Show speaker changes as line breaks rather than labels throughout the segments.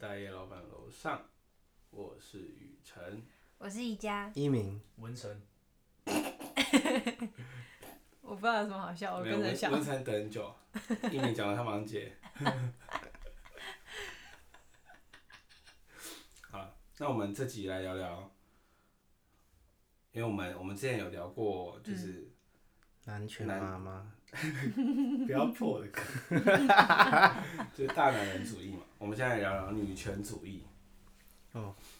大叶老板楼上，我是雨辰。
我是宜家，
一鸣，
文成，
我不知道有什么好笑，我
没有
哦跟着
温
笑。
温晨等很久，一鸣讲完他马上接。好了，那我们这集来聊聊，因为我们我们之前有聊过，就是、
南拳妈妈，
不要破的歌，就是大男人主义嘛。我们现在来聊聊女权主义，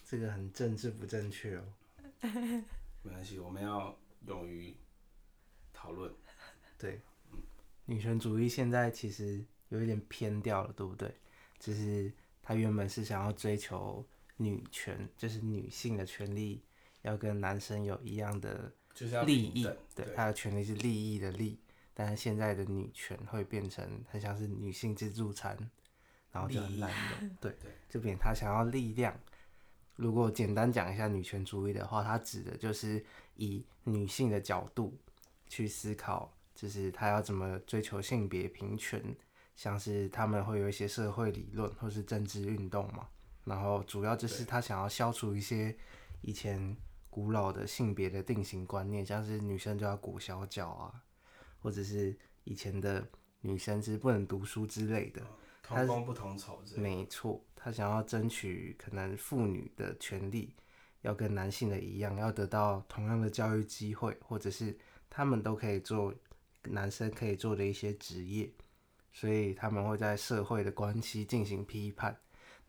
这个很政治不正确哦。
没关系，我们要勇于讨论。
对，女权主义现在其实有一点偏掉了，对不对？就是她原本是想要追求女权，就是女性的权利要跟男生有一样的
就是要
利
平
益
等，
对
对，
她的权利是利益的利。但是现在的女权会变成很像是女性自助餐，然后就
利
很
益
滥 用，对
对，
就变成她想要力量。如果简单讲一下女权主义的话，它指的就是以女性的角度去思考，就是她要怎么追求性别平权，像是他们会有一些社会理论或是政治运动嘛，然后主要就是
对
她想要消除一些以前古老的性别的定型观念，像是女生就要裹小脚啊，或者是以前的女生是不能读书之类的。
同工不同酬之类的。
没错，他想要争取可能妇女的权利，要跟男性的一样，要得到同样的教育机会，或者是他们都可以做男生可以做的一些职业，所以他们会在社会的关系进行批判，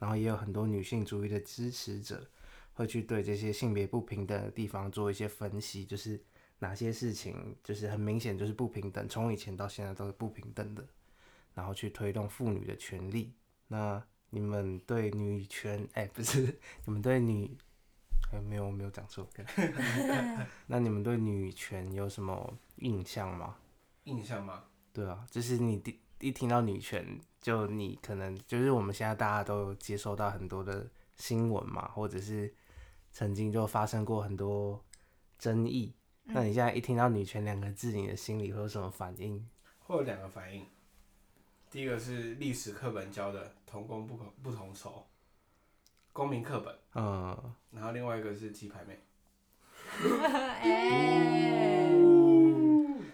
然后也有很多女性主义的支持者会去对这些性别不平等的地方做一些分析，就是哪些事情就是很明显就是不平等，从以前到现在都是不平等的，然后去推动妇女的权利。那你们对女权，哎、不是，你们对女，哎、没有，我没有讲错。干那你们对女权有什么印象吗？
印象吗？
对啊，就是你第一听到女权，就你可能就是我们现在大家都有接收到很多的新闻嘛，或者是曾经就发生过很多争议。那你现在一听到“女权”两个字，你的心里会有什么反应？
会有两个反应，第一个是历史课本教的“同工不同不同酬”，公民课本，
嗯，
然后另外一个是鸡排妹，
哎，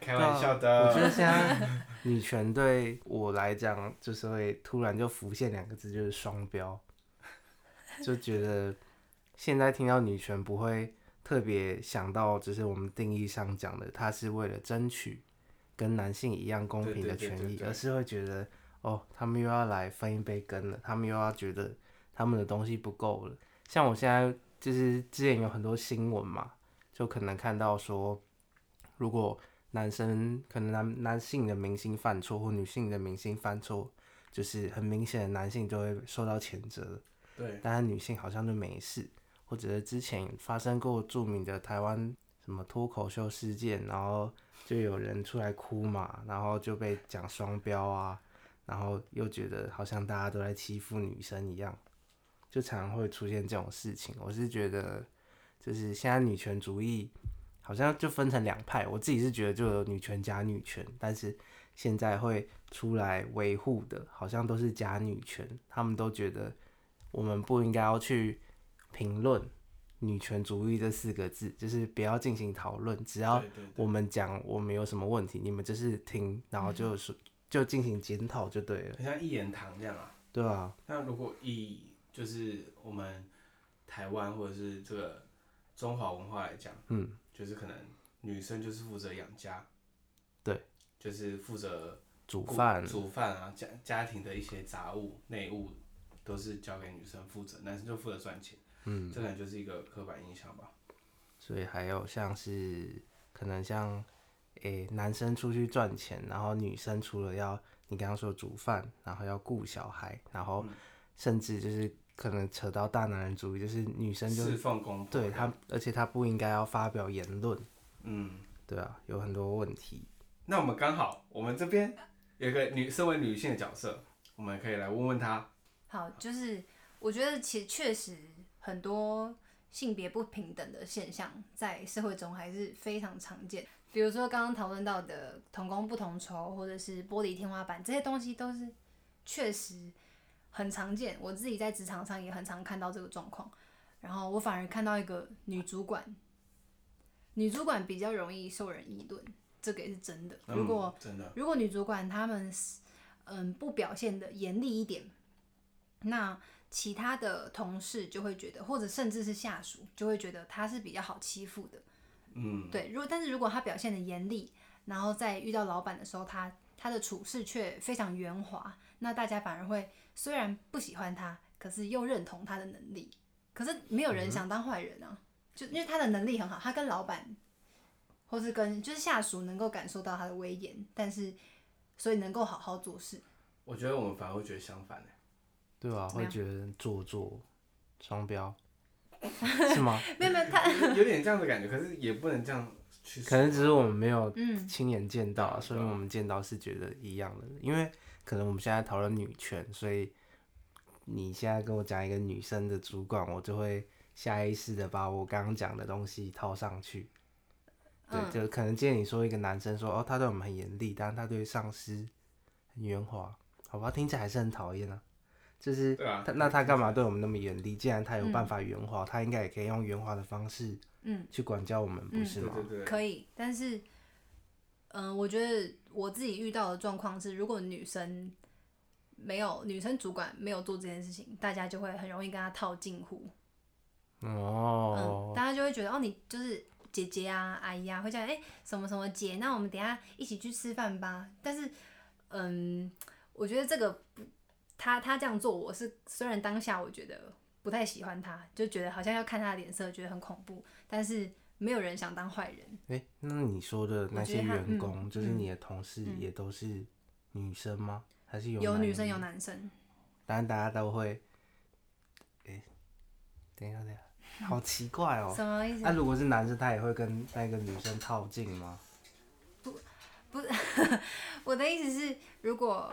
开玩笑
啊我觉
的。
得现在女权对我来讲，就是会突然就浮现两个字，就是双标，就觉得现在听到女权不会特别想到，就是我们定义上讲的，她是为了争取跟男性一样公平的权
对对对
益
对，对
而是会觉得哦，他们又要来分一杯羹了，他们又要觉得哦他们的东西不够了。像我现在就是之前有很多新闻嘛，就可能看到说，如果男生可能男男性的明星犯错或女性的明星犯错，就是很明显的男性就会受到谴责，
对，
但是女性好像就没事，或者是之前发生过著名的台湾什么脱口秀事件，然后就有人出来哭嘛，然后就被讲双标啊，然后又觉得好像大家都在欺负女生一样，就常常会出现这种事情。我是觉得，就是现在女权主义好像就分成两派，我自己是觉得就有女权假女权，但是现在会出来维护的，好像都是假女权，他们都觉得我们不应该要去评论女权主义这四个字，就是不要进行讨论，只要
对对
我们讲我们有什么问题，你们就是听，然后就是、就进行检讨就对了，
很像一言堂这样啊。
对啊，
那如果以就是我们台湾或者是这个中华文化来讲，
嗯，
就是可能女生就是负责养家，
对，
就是负责
煮饭，
煮饭啊，家家庭的一些杂物、内务都是交给女生负责，男生就负责赚钱。嗯，这可能就是一个刻板印象吧。
所以还有像是可能像诶、男生出去赚钱，然后女生除了要你刚刚说煮饭，然后要顾小孩，然后甚至就是可能扯到大男人主义，就是女生就
侍奉公婆，
对她，而且她不应该要发表言论，
嗯，
对啊，有很多问题。
那我们刚好，我们这边有一个女，身为女性的角色，我们可以来问问她，
好，就是我觉得其实确实很多性别不平等的现象在社会中还是非常常见。比如说刚刚讨论到的同工不同酬，或者是玻璃天花板这些东西，都是确实很常见，我自己在职场上也很常看到这个状况。然后我反而看到一个女主管，女主管比较容易受人议论，这个也是真的。如果、
嗯真的
如果女主管她们是嗯不表现的严厉一点，那其他的同事就会觉得，或者甚至是下属就会觉得她是比较好欺负的。
嗯
对，如果但是如果她表现的严厉，然后在遇到老板的时候，她她的处事却非常圆滑，那大家反而会虽然不喜欢她，可是又认同她的能力。可是没有人想当坏人啊，就因为她的能力很好，她跟老板或是跟就是下属能够感受到她的威严，但是所以能够好好做事。
我觉得我们反而会觉得相反、欸、
对吧、
怎么
会
样
觉得做作、双标，是吗？
没有没有，她
欸 有有点这样的感觉，可是也不能这样去说。
可能只是我们没有
嗯
亲眼见到啊，
嗯
所以我们见到是觉得一样的。因为可能我们现在讨论女权，所以你现在跟我讲一个女生的主管，我就会下意识的把我刚刚讲的东西套上去。对，
嗯
就可能见你说一个男生说哦，他对我们很严厉，但是他对上司很圆滑，好吧，听起来还是很讨厌啊。就是
对啊
他那他干嘛对我们那么严厉？既然他有
嗯
办法圆滑，他应该也可以用圆滑的方式
嗯
去管教我们，不
嗯
是
对
吗？
对对，
可以，但是嗯、我觉得我自己遇到的状况是，如果女生没有女生主管没有做这件事情，大家就会很容易跟她套近乎，
哦
嗯，，大家就会觉得哦，你就是姐姐啊、阿姨啊，会叫哎、什么什么姐，那我们等一下一起去吃饭吧。但是，嗯，我觉得这个不，他他这样做，我是虽然当下我觉得不太喜欢他，就觉得好像要看他的脸色，觉得很恐怖，但是没有人想当坏人，
哎、那你说的那些
觉得他
员工，
嗯
就是
嗯
你的同事，
嗯
也都是女生吗？还是有
有女
男
生
女
有？男生，
当然大家都会。哎、等一下，等一下，好奇怪哦、
什么意思？
那、如果是男生，他也会跟那个女生套近吗？
我的意思是，如果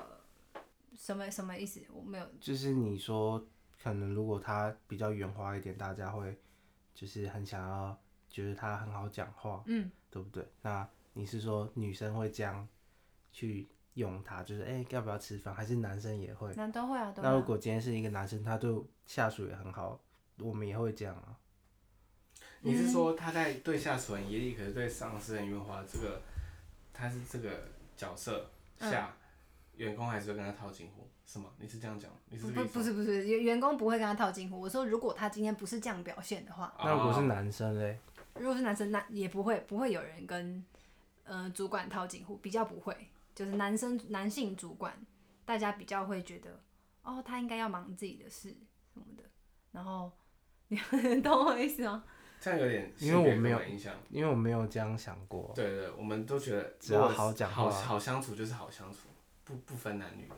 什么什么意思？我没有，
就是你说，可能如果他比较圆滑一点，大家会就是很想要觉得他很好讲话，
嗯，
对不对？那你是说女生会这样去用他，就是哎、要不要吃饭？还是男生也会？
那都会啊，都会
那如
啊、
果今天是一个男生，他对下属也很好，我们也会这样啊。
你
嗯
是说他在对下属很严厉，可是对上司很圆滑，这个他是这个角色
嗯
下、员工还是会跟他套近乎，是吗？你是这样讲？你是
不
这个
不
意思
不
吗？
是不是，员员工不会跟他套近乎。我说，如果他今天不是这样表现的话，
那如果是
哦
男生嘞，
如果是男生，那也不会不会有人跟嗯、呃主管套近乎，比较不会，就是男生男性主管，大家比较会觉得哦，他应该要忙自己的事什么的，然后你们 懂我意思吗？
这样有点
因为我
性别
没有
刻板印象。
因为我没有这样想过。
对对，我们都觉得
只要
如果
好讲
好
话
好相处就是好相处，不不分男女的。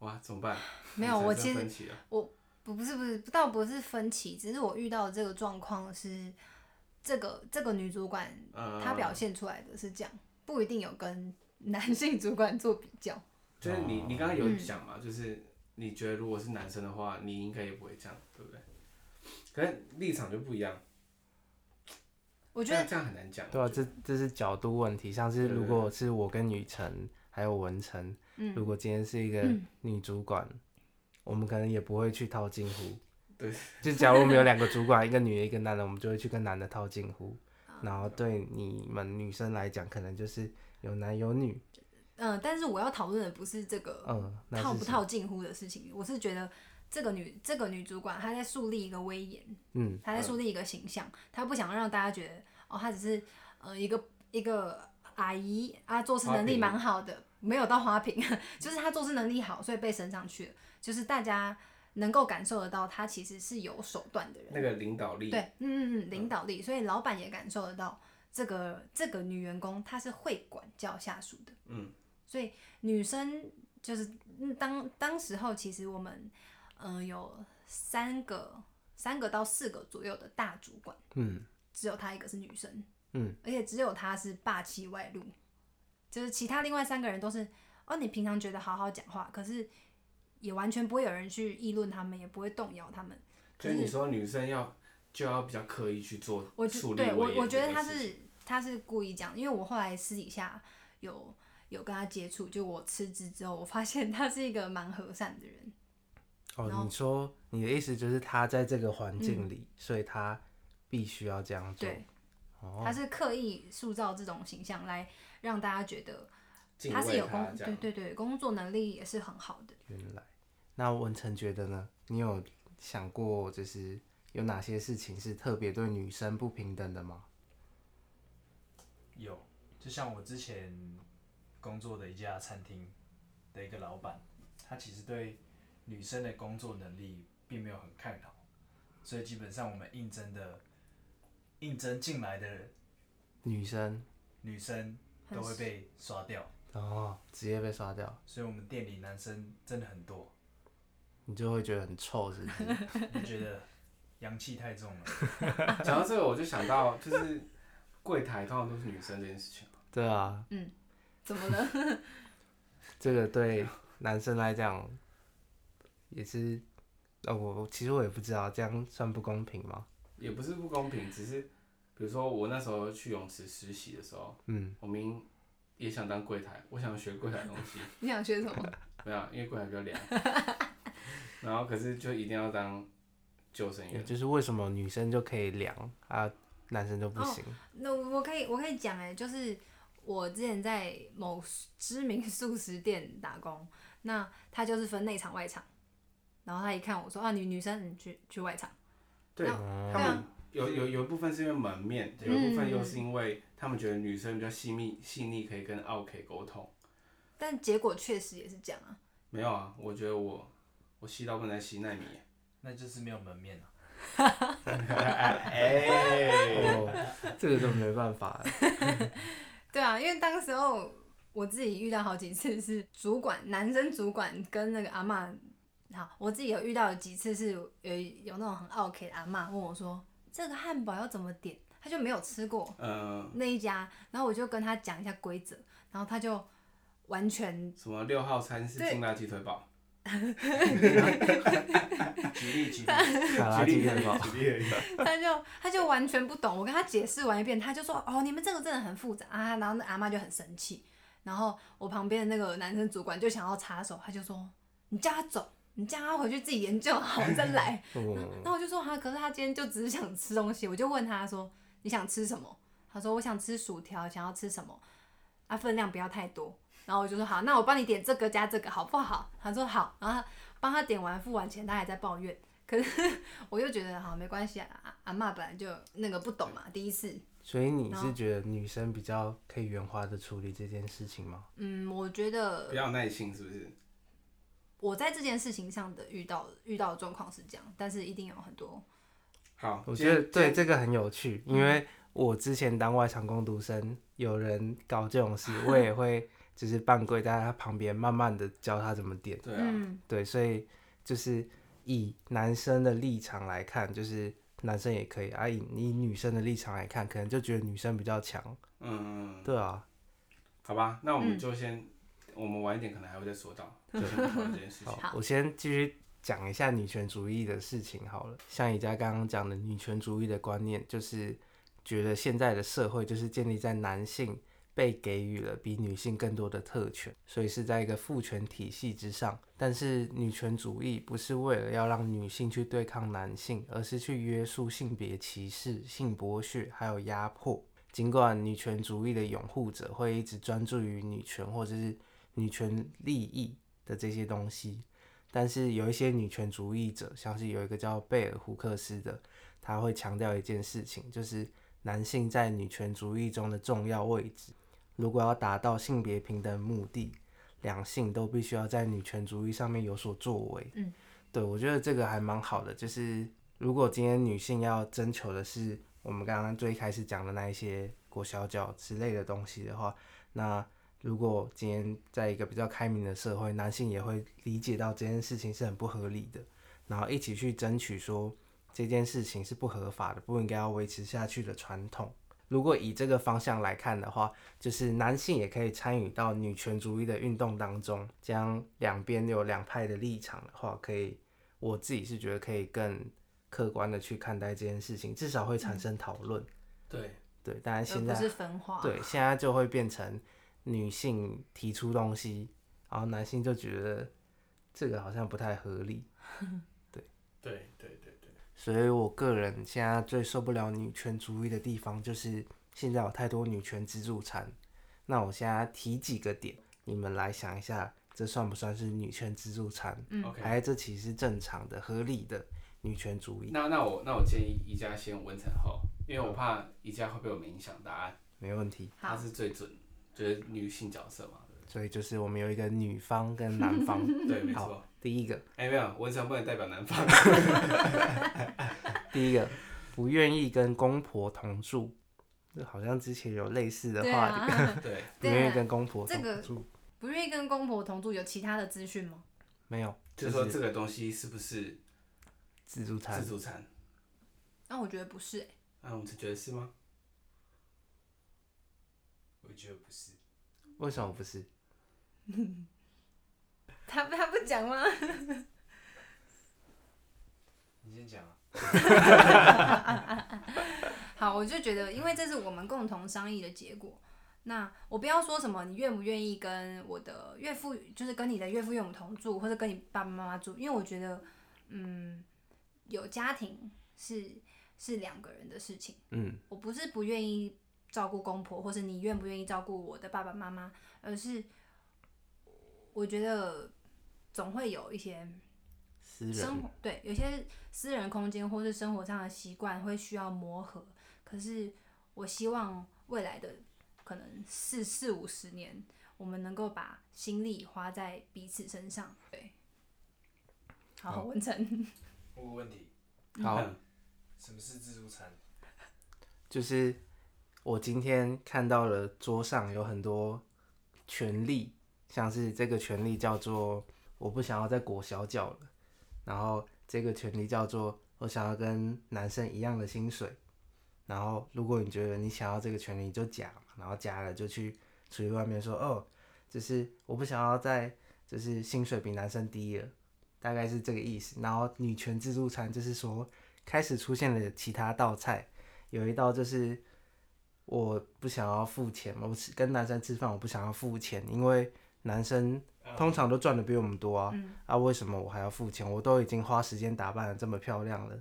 哇，怎么办？
没有，
你
我
产
其
生
实
分歧了
不不是不是，倒不是分歧，只是我遇到的这个状况是，这个这个女主管
嗯
呃，
她表现出来的是这样，不一定有跟男性主管做比较。
就是你
哦
你刚刚有
嗯
讲嘛，就是你觉得如果是男生的话，你应该也不会这样，对不对？可是立场就不一样，
我觉
这样
得
这样很难讲。
对啊，
我觉
这
得
这是角度问题。像
对
是
对
如果是我跟雨辰还有文成，
嗯
如果今天是一个女主管，我们可能也不会去套近乎。
对，
就假如我们有两个 主管，一个女的，一个男的，我们就会去跟男的套近乎。
啊
然后对你们女生来讲，可能就是有男有女，
嗯，但是我要讨论的不是这个
嗯，那
套
是
不
什么
套近乎的事情，我是觉得这个女这个女主管她在树立一个威严，
嗯，
她在树立一个形象，她不想让大家觉得哦，她只是呃一个一个阿姨啊，做事能力蛮好的，没有到花瓶， 就是她做事能力好，所以被升上去了，就是大家能够感受得到她其实是有手段的人，
那个领导力，
对，嗯嗯嗯，领导力，所以老板也感受得到这个这个女员工她是会管教下属的，
嗯，
所以女生就是嗯当当时候其实我们嗯、呃有三个三个到四个左右的大主管，
嗯
只有她一个是女生，
嗯，
而且只有她是霸气外露，就是其他另外三个人都是哦，你平常觉得好好讲话，可是也完全不会有人去议论他们，也不会动摇他们。
就是你说女生要就要比较刻意去做
我觉
树立
对我
威严
我觉得
这件
他
事情
是他是故意讲，因为我后来私底下有有跟他接触，就我辞职之后，我发现他是一个蛮和善的人。然
哦，
后嗯
你说你的意思就是他在这个环境里，所以他必须要这样做。
对，
哦
他是刻意塑造这种形象来让大家觉得
敬
他是
畏
有工，
这
对
样。
对对，工作能力也是很好的。
原来，那文成觉得呢？你有想过就是有哪些事情是特别对女生不平等的吗？
有，就像我之前工作的一家餐厅的一个老板，他其实对女生的工作能力并没有很看好，所以基本上我们应征的应征进来的
女生
女生都会被刷掉，
哦，直接被刷掉，
所以我们店里男生真的很多，
你就会觉得很臭，是不是？
就觉得阳气太重了。
讲到这个，我就想到就是柜台通常都是女生这件事情。
对啊，
怎么了？
这个对男生来讲也是，呃、我我其实我也不知道这样算不公平吗？
也不是不公平，只是比如说我那时候去泳池实习的时候，
嗯，
我明也想当柜台，我想学柜台的东西，
你想学什么？
没有，因为柜台比较凉。 然后可是就一定要当救生员，
就是为什么女生就可以量啊，男生
哦
就不行？
那我我可以我可以讲哎、就是我之前在某知名素食店打工，那他就是分内场外场，然后他一看我说啊，你女生你去去外场，
对
那
哦
他们有有有一部分是因为门面，有一部分又是因为他们觉得女生比较细密细腻，可以跟奥 K 沟通。
但结果确实也是这样啊，
没有啊，我觉得我我细到不能再细纳米。
那就是没有门面啊。
哎，
哦，这个就没办法了。
对啊，因为当时候我自己遇到好几次是主管男生主管跟那个阿嬷，好，我自己有遇到几次是有有那种很 OK 的阿嬷问我说这个汉堡要怎么点，他就没有吃过，
嗯，
那一家，然后我就跟他讲一下规则，然后他就完 全
什么六号餐是
对
劲辣鸡腿堡，
举例举例，
卡拉
举
鸡腿堡，
举例而已。
他就他就完全不懂。我跟他解释完一遍，他就说：“哦，你们这个真的很复杂啊。”然后那阿妈就很生气，然后我旁边的那个男生主管就想要插手，他就说：“你叫他走，你叫他回去自己研究好再来。”
嗯，
那我就说：“哈、可是他今天就只是想吃东西。”我就问他说：“你想吃什么？”他说：“我想吃薯条，想要吃什么？啊，分量不要太多。”然后我就说：“好，那我帮你点这个加这个，好不好？”他说：“好。”然后他帮他点完付完钱，他还在抱怨。可是 我又觉得好没关系啊，阿阿妈本来就那个不懂嘛，第一次。
所以你
哦
是觉得女生比较可以圆滑的处理这件事情吗？
嗯，我觉
比
得
较有耐心，是不是？
我在这件事情上的遇到遇到的状况是这样，但是一定有很多
好，
我
今
觉
天
得对这个很有趣，因
嗯
为我之前当外场工读生，有人搞这种事，我也 会就是扮跪在他旁边，慢慢的教他怎么点。
对啊，
嗯
对，所以就是以男生的立场来看，就是男生也可以啊；以以女生的立场来看，可能就觉得女生比较强。
嗯，
对啊，
好吧，那我们
嗯
就先，我们晚一点可能还会再说 到，就先讨论这件事情。
好，我先继续讲一下女权主义的事情好了。像宜家刚刚讲的女权主义的观念，就是觉得现在的社会就是建立在男性被给予了比女性更多的特权，所以是在一个父权体系之上。但是女权主义不是为了要让女性去对抗男性，而是去约束性别歧视、性剥削还有压迫。尽管女权主义的拥护者会一直专注于女权或者是女权利益的这些东西，但是有一些女权主义者，像是有一个叫贝尔胡克斯的，他会强调一件事情，就是男性在女权主义中的重要位置。如果要达到性别平等目的，两性都必须要在女权主义上面有所作为。
嗯，
对我觉得这个还蛮好的，就是如果今天女性要征求的是我们刚刚最开始讲的那一些国小教之类的东西的话，那如果今天在一个比较开明的社会，男性也会理解到这件事情是很不合理的，然后一起去争取说这件事情是不合法的，不应该要维持下去的传统。如果以这个方向来看的话，就是男性也可以参与到女权主义的运动当中，这样两边有两派的立场的话，可以，我自己是觉得可以更客观的去看待这件事情，至少会产生讨论。
对，
对，当然
而
现
呃不
在
是分化。
对，现在就会变成女性提出东西，然后男性就觉得这个好像不太合理，
对对对对，
所以我个人现在最受不了女权主义的地方，就是现在有太多女权自助餐。那我现在提几个点，你们来想一下，这算不算是女权自助餐？
嗯
OK
还是这其实是正常的、合理的女权主义？
那那我那我建议宜家先文成后，因为我怕宜家会被我们影响答案，
没问题。
他
好，
是最准，就是女性角色嘛，
所以就是我们有一个女方跟男方。
嗯
对，没
好
错。
第一个，
哎、没有，文成不能代表男方，
第一个不愿意跟公婆同住，这好像之前有类似的
对
话题，
啊，
对，
不愿
对
意
啊
跟公婆
这个
同住，
不愿意跟公婆同住，有其他的资讯吗？
没有，
就是说这个东西是不是
自助餐
自。助餐？
那、我觉得不是、欸，
啊，我们觉得是吗？
我觉得不是，
为什么不是？
他他不讲吗？
你先讲啊。
好，我就觉得，因为这是我们共同商议的结果。那我不要说什么，你愿不愿意跟我的岳父，就是跟你的岳父岳母同住，或者跟你爸爸妈妈住，因为我觉得，嗯，有家庭是是两个人的事情。
嗯，
我不是不愿意照顾公婆，或是你愿不愿意照顾我的爸爸妈妈，而是我觉得总会有一些
私人
生活对有些私人空间或是生活上的习惯会需要磨合。可是我希望未来的可能四四五十年，我们能够把心力花在彼此身上。对，好，
好
文成，
问个问题，
好，
嗯
什么是自助餐？
就是我今天看到了桌上有很多权利，像是这个权利叫做我不想要再裹小脚了，然后这个权利叫做我想要跟男生一样的薪水，然后如果你觉得你想要这个权利你就夹嘛，然后夹了就去出去外面说哦，就是我不想要再就是薪水比男生低了。大概是这个意思，然后女权自助餐就是说开始出现了其他道菜，有一道就是我不想要付钱，我吃跟男生吃饭，我不想要付钱，因为男生通常都赚的比我们多啊，
嗯
啊，为什么我还要付钱？我都已经花时间打扮的这么漂亮了，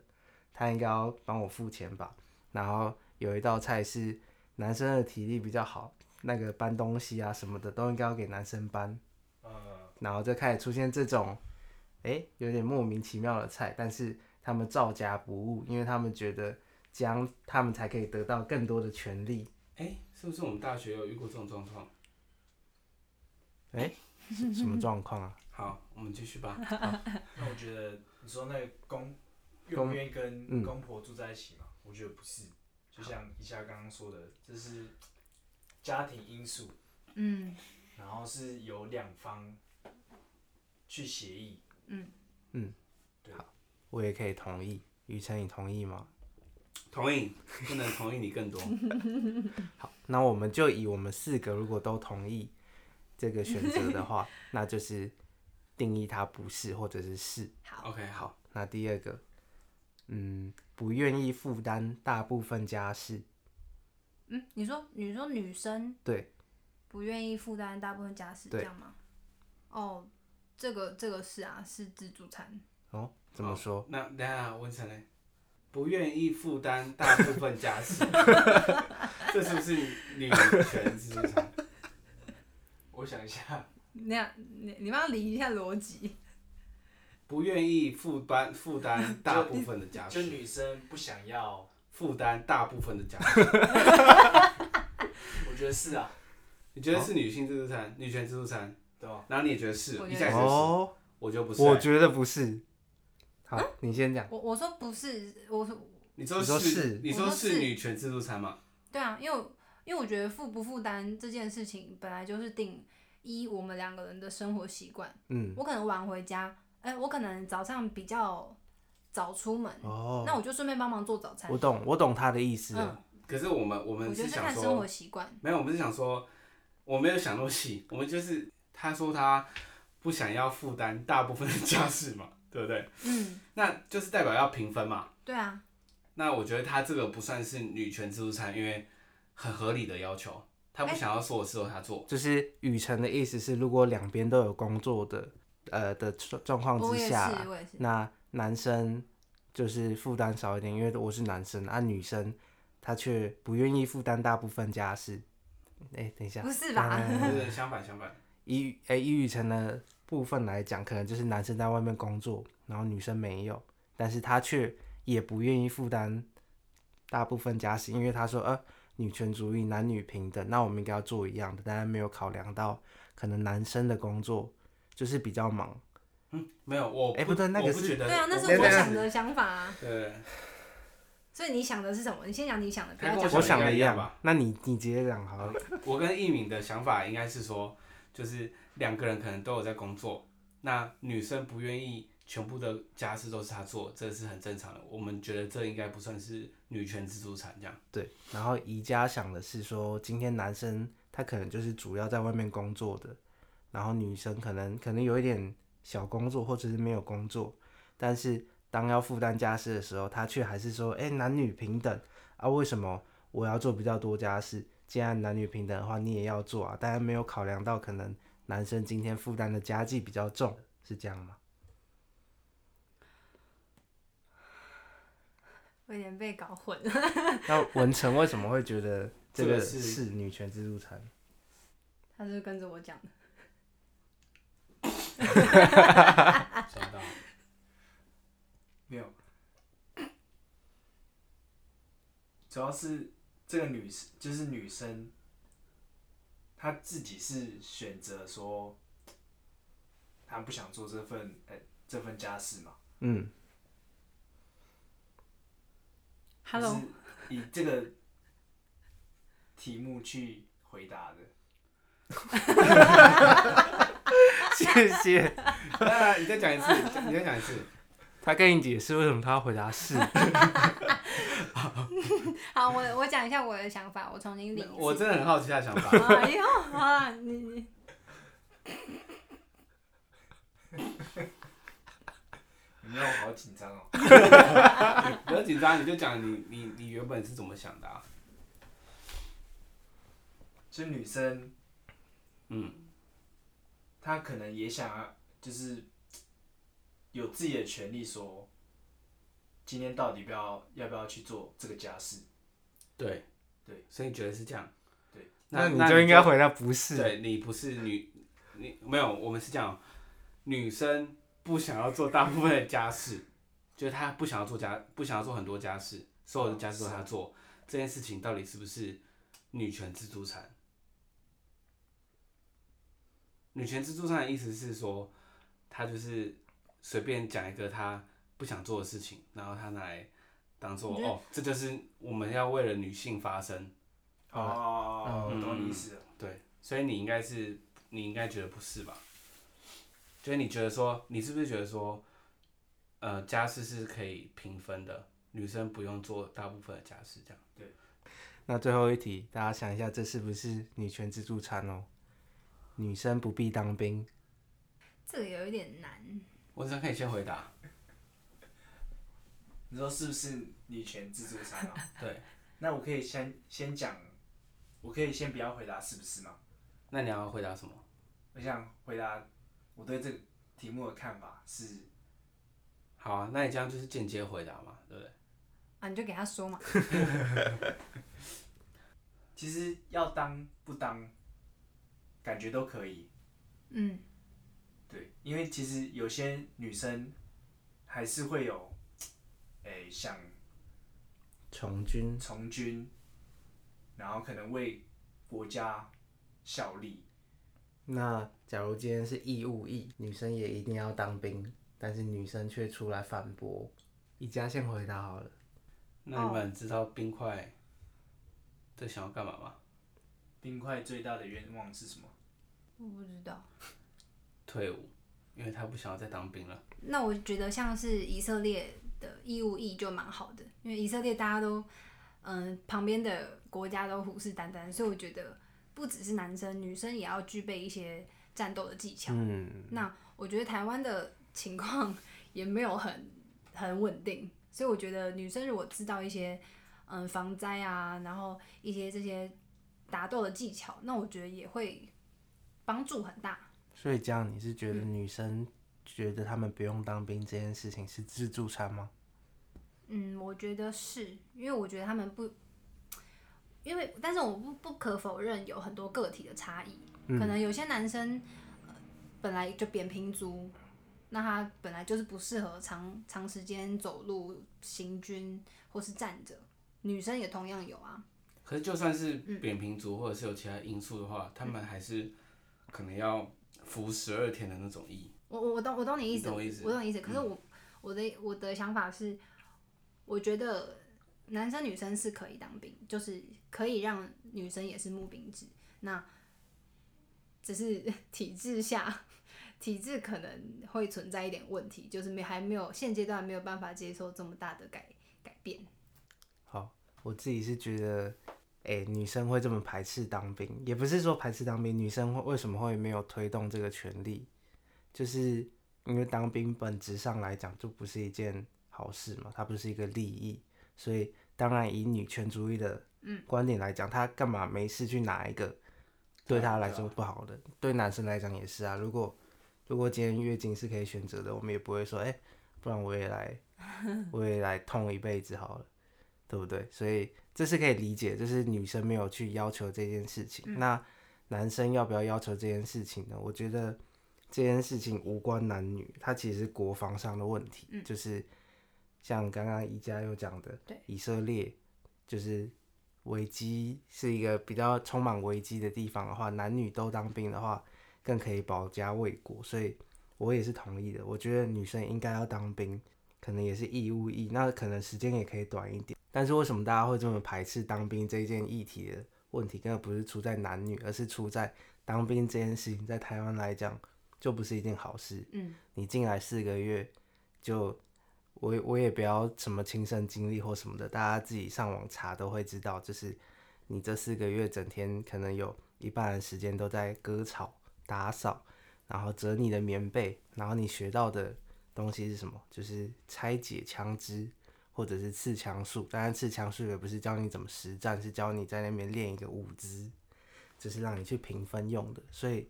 他应该要帮我付钱吧？然后有一道菜是男生的体力比较好，那个搬东西啊什么的都应该要给男生搬，
呃，
然后就开始出现这种，哎，有点莫名其妙的菜，但是他们照家不误，因为他们觉得这样他们才可以得到更多的权利。
哎、是不是我们大学有遇过这种状况？
哎，是什么状况啊？
好，我们继 续吧。
那我觉得你说那个公愿
公
不愿意跟
嗯
公婆住在一起嘛？我觉得不是，就像一下刚刚说的，这是家庭因素，
嗯
然后是由两方去协议。
嗯，
我也可以同意，雨辰，你同意吗？
同意，不能同意你更多。
好，那我们就以我们四个如果都同意这个选择的 话，那就是定义它不是或者是是。
好，
OK，好，
好，那第二个，嗯，不愿意负担大部分家事，
嗯，你说你说女生
对，
不愿意负担大部分家事，这
对
样吗？哦，这个这个是啊，是自助餐，
哦，怎么
好
说？
那等一下文成呢？不愿意负担大部分家事， 这是不是女权自助餐？
我想一下，
那样你你们要理一下逻辑，
不愿意负担负担大部分的家
就
事，
女生不想要，
负担大部分的家事。
我觉得是啊，
你觉得是女性自助餐、女权自助餐，
对吧？
然后你也觉得是，
我觉得
一下
是
子是，
哦，
我就不是。啊
我觉得不
啊
是。好，你先讲。
我我说不是，我说
你说
你说
是
是，
你
我
说
说是
是女权自助餐嘛？
对啊，因为我因为我觉得负不负担这件事情本来就是定一我们两个人的生活习惯。
嗯，
我可能晚回家，哎、我可能早上比较早出门，那
哦，
我就顺便帮忙做早餐
我。懂，我懂他的意思了。
嗯，
可是我们我
我
们
觉
是
得是
想
看生
说
活，习惯。
没有，我们是想说，我没有想那么细，我们就是他说他不想要负担大部分的家事嘛，对不对？
嗯，
那就是代表要平分嘛。
对啊，
那我觉得他这个不算是女权自助餐，因为很合理的要求，他
哎
不想要说我是由他做，
就是雨辰的意思是，如果两边都有工作的呃的状状况
我
之
也
下，
是，我也是，
那男生就是负担少一点，因为我是男生，啊女生她却不愿意负担大部分家事。哎、等一下，
不是吧
嗯
就是相反相反。
以哎、以雨辰的部分来讲，可能就是男生在外面工作，然后女生没有，但是他却也不愿意负担大部分家事，因为他说呃女权主义男女平等，那我们应该要做一样的，但是没有考量到可能男生的工作就是比较忙，
嗯，没有，我
哎不对那个
我不
是
觉得。
对啊，那是
对
我
对
想的想法啊。
对，
所以你想的是什么？你先讲你想的，不
他
要
跟
讲
我
我
想
想
的
的
一
一
样
样
吧
吧？那你你直接讲好了。
我跟一敏的想法应该是说，就是两个人可能都有在工作，那女生不愿意全部的家事都是她做，这是很正常的。我们觉得这应该不算是女权自助餐这样。
对，然后宜家想的是说，今天男生他可能就是主要在外面工作的，然后女生可能可能有一点小工作或者是没有工作，但是当要负担家事的时候，他却还是说，哎、男女平等啊，为什么我要做比较多家事？既然男女平等的话，你也要做啊，当然没有考量到可能男生今天负担的家计比较重，是这样吗？
我有点被搞混。
那文成为什么会觉得
这
这
个
个
是
是女权自 助餐？
他是跟着我讲的，啊
想到
没有， 主要是这个女生就是女生，她自己是选择说，她不想做这份哎、这份家事嘛。
嗯。
Hello，
就是以这个题目去回答的。
谢谢。
那你再讲一次，你再讲一 次。
他跟你解释为什么他要回答 是，
好，我我讲一下我的想法，我重新理一次。
我真的很好奇他的想法。
哎呦啊，你你
你让我好紧张哦。
不要紧 张，你就讲你你你原本是怎么想的啊？
就女生，
嗯，
她可能也想要，就是有自己的权利说，今天到底不要要不要去做这个家事？
对
对，
所以你觉得是这样？
对，
那你
那
就应该回答不是。
对你不是女，你没有，我们是这样，女生不想要做大部分的家事，就是她不想要做家，不想要做很多家事，所有的家事都她做，这件事情到底是不是女权自助餐？女权自助餐的意思是说，她就是随便讲一个她不想做的事情，然后她拿来当做
我觉得
哦，这就是我们要为了女性发声，
哦，
嗯
我懂你意思了。
对，所以你应该是，你应该觉得不是吧？就是你觉得说，你是不是觉得说，呃，家事是可以平分的，女生不用做大部分的家事，这样？
那最后一题，大家想一下，这是不是女权自助餐哦？女生不必当兵，
这个有一点难。
我只可以先回答，
你说是不是女权自助餐啊？
对，
那我可以先先讲，我可以先不要回答是不是吗？
那你要回答什么？
我想回答我对这个题目的看法是，
好啊，那你这样就是间接回答嘛，对不对？
啊，你就给他说嘛。
其实要当不当，感觉都可以。
嗯，
对，因为其实有些女生还是会有，诶、想
从军
从军，然后可能为国家效力。
那假如今天是义务役，女生也一定要当兵，但是女生却出来反驳。宜家先回答好了，
那你们知道冰块在想要干嘛吗？
冰块最大的愿望是什么？
我不知道。
退伍，因为他不想要再当兵了。
那我觉得像是以色列的义务役就蛮好的，因为以色列大家都，嗯、旁边的国家都虎视眈眈，所以我觉得不只是男生，女生也要具备一些战斗的技巧。
嗯，
那我觉得台湾的情况 也没有很很稳定，所呃以我觉得女生如果知道一些嗯防灾啊，然后一些这些打斗的技巧，那我觉得也会帮助很大。
所以这样你是觉得女生觉得她们不用当兵这件事情是自助餐吗？
嗯，我觉得是因为我觉得他们不，因为但是我不不可否认有很多个体的差异，可能有些男生、呃本来就扁平足，那他本来就是不适合长长时间走路、行军或是站着，女生也同样有啊。
可是就算是扁平足或者是有其他因素的话，他们还是可能要服十二天的那种役。
我我我懂我懂你意思，
你懂我意思嗯
我懂你意思。可是我、我的我的想法是，我觉得男生女生是可以当兵，就是可以让女生也是募兵制。那只是 体制下， 体制可能会存在一点问题，就是没还没有现阶段没有办法接受这么大的改改变。
好，我自己是觉得，哎、女生会这么排斥当兵，也不是说排斥当兵，女生会为什么会没有推动这个权利，就是因为当兵本质上来讲就不是一件好事嘛，它不是一个利益，所以当然以女权主义的观点来讲，她干嘛没事去拿一个对啊她来说不好的，对男生来讲也是啊。如果如果今天月经是可以选择的，我们也不会说，哎、不然我也来， 我也来痛一辈子好了。对不对？所以这是可以理解，就是女生没有去要求这件事情。那男生要不要要求这件事情呢？我觉得这件事情无关男女，它其实是国防上的问题，就是像刚刚宜家又讲的，
对
以色列就是危机是一个比较充满危机的地方的话，男女都当兵的话，更可以保家卫国，所以我也是同意的。我觉得女生应该要当兵，可能也是义务役，那可能时间也可以短一点。但是为什么大家会这么排斥当兵这一件议题的问题，根本不是出在男女，而是出在当兵这件事情，在台湾来讲就不是一件好事。
嗯，
你进来四个月就。我也我也不要什么亲身经历或什么的，大家自己上网查都会知道，就是你这四个月整天可能有一半的时间都在割草、打扫，然后折你的棉被，然后你学到的东西是什么？就是拆解枪支或者是刺枪术。当然，刺枪术也不是教你怎么实战，是教你在那边练一个舞姿，就是让你去评分用的。所以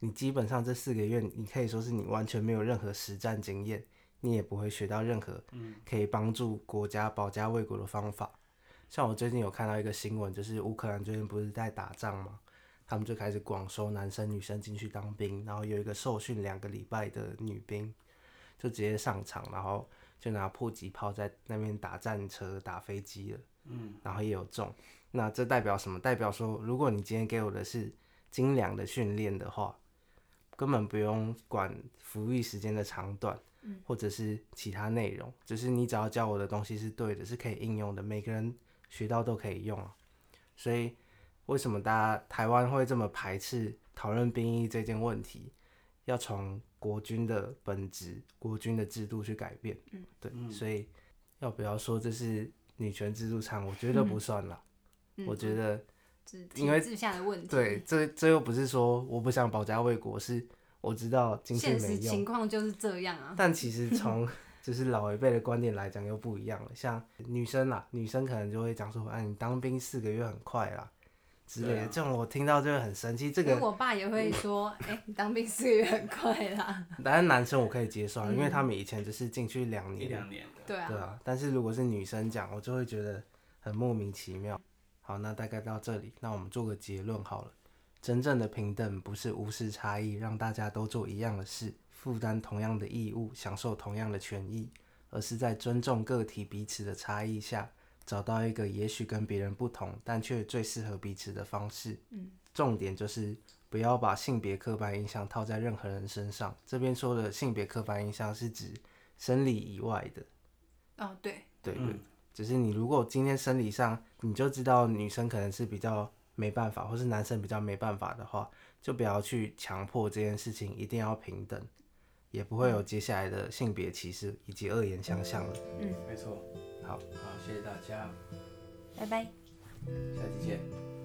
你基本上这四个月，你可以说是你完全没有任何实战经验，你也不会学到任何可以帮助国家保家卫国的方法。像我最近有看到一个新闻，就是乌克兰最近不是在打仗吗？他们就开始广收男生女生进去当兵，然后有一个受训两个礼拜的女兵，就直接上场，然后就拿迫击炮在那边打战车、打飞机了，嗯，然后也有中。那这代表什么？代表说，如果你今天给我的是精良的训练的话，根本不用管服役时间的长短，或者是其他内容，只是你只要教我的东西是对的，是可以应用的，每个人学到都可以用啊。所以为什么大家台湾会这么排斥讨论兵役这件问题？要从国军的本质、国军的制度去改变。嗯，对，所以要不要说这是女权自助餐？我觉得不算啦。
嗯
我觉得
是体
因为
制下的问题。
对，，这这又不是说我不想保家卫国，是我知道军训
现
没
实
用，
情况就是这样啊。
但 其实从就是老一辈的观点来讲又不一样了。像女生啦，女生可能就会讲说，哎、你当兵四个月很快啦之类
对
的。
啊
这种我听到就会很生气。这
因为
个
我爸也会 说，哎、你当兵四个月很快啦。
当然男生我可以接
嗯
受啊，因为他们以前就是进去两
一
年，
两年的。
对啊，
对啊。但是如果是女生讲，我就会觉得很莫名其妙。好，那大概到这里，那我们做个结论好了。真正的平等不是无视差异，让大家都做一样的事，负担同样的义务，享受同样的权益，而是在尊重个体彼此的差异下，找到一个也许跟别人不同，但却最适合彼此的方式。嗯，重点就是不要把性别刻板印象套在任何人身上。这边说的性别刻板印象是指生理以外的，
哦，对，
对对，
嗯
只是你如果今天生理上你就知道女生可能是比较没办法，或是男生比较没办法的话，就不要去强迫这件事情一定要平等，也不会有接下来的性别歧视以及恶言相向了。
没错。
好，
好，谢谢大家，
拜拜。
下期见。
拜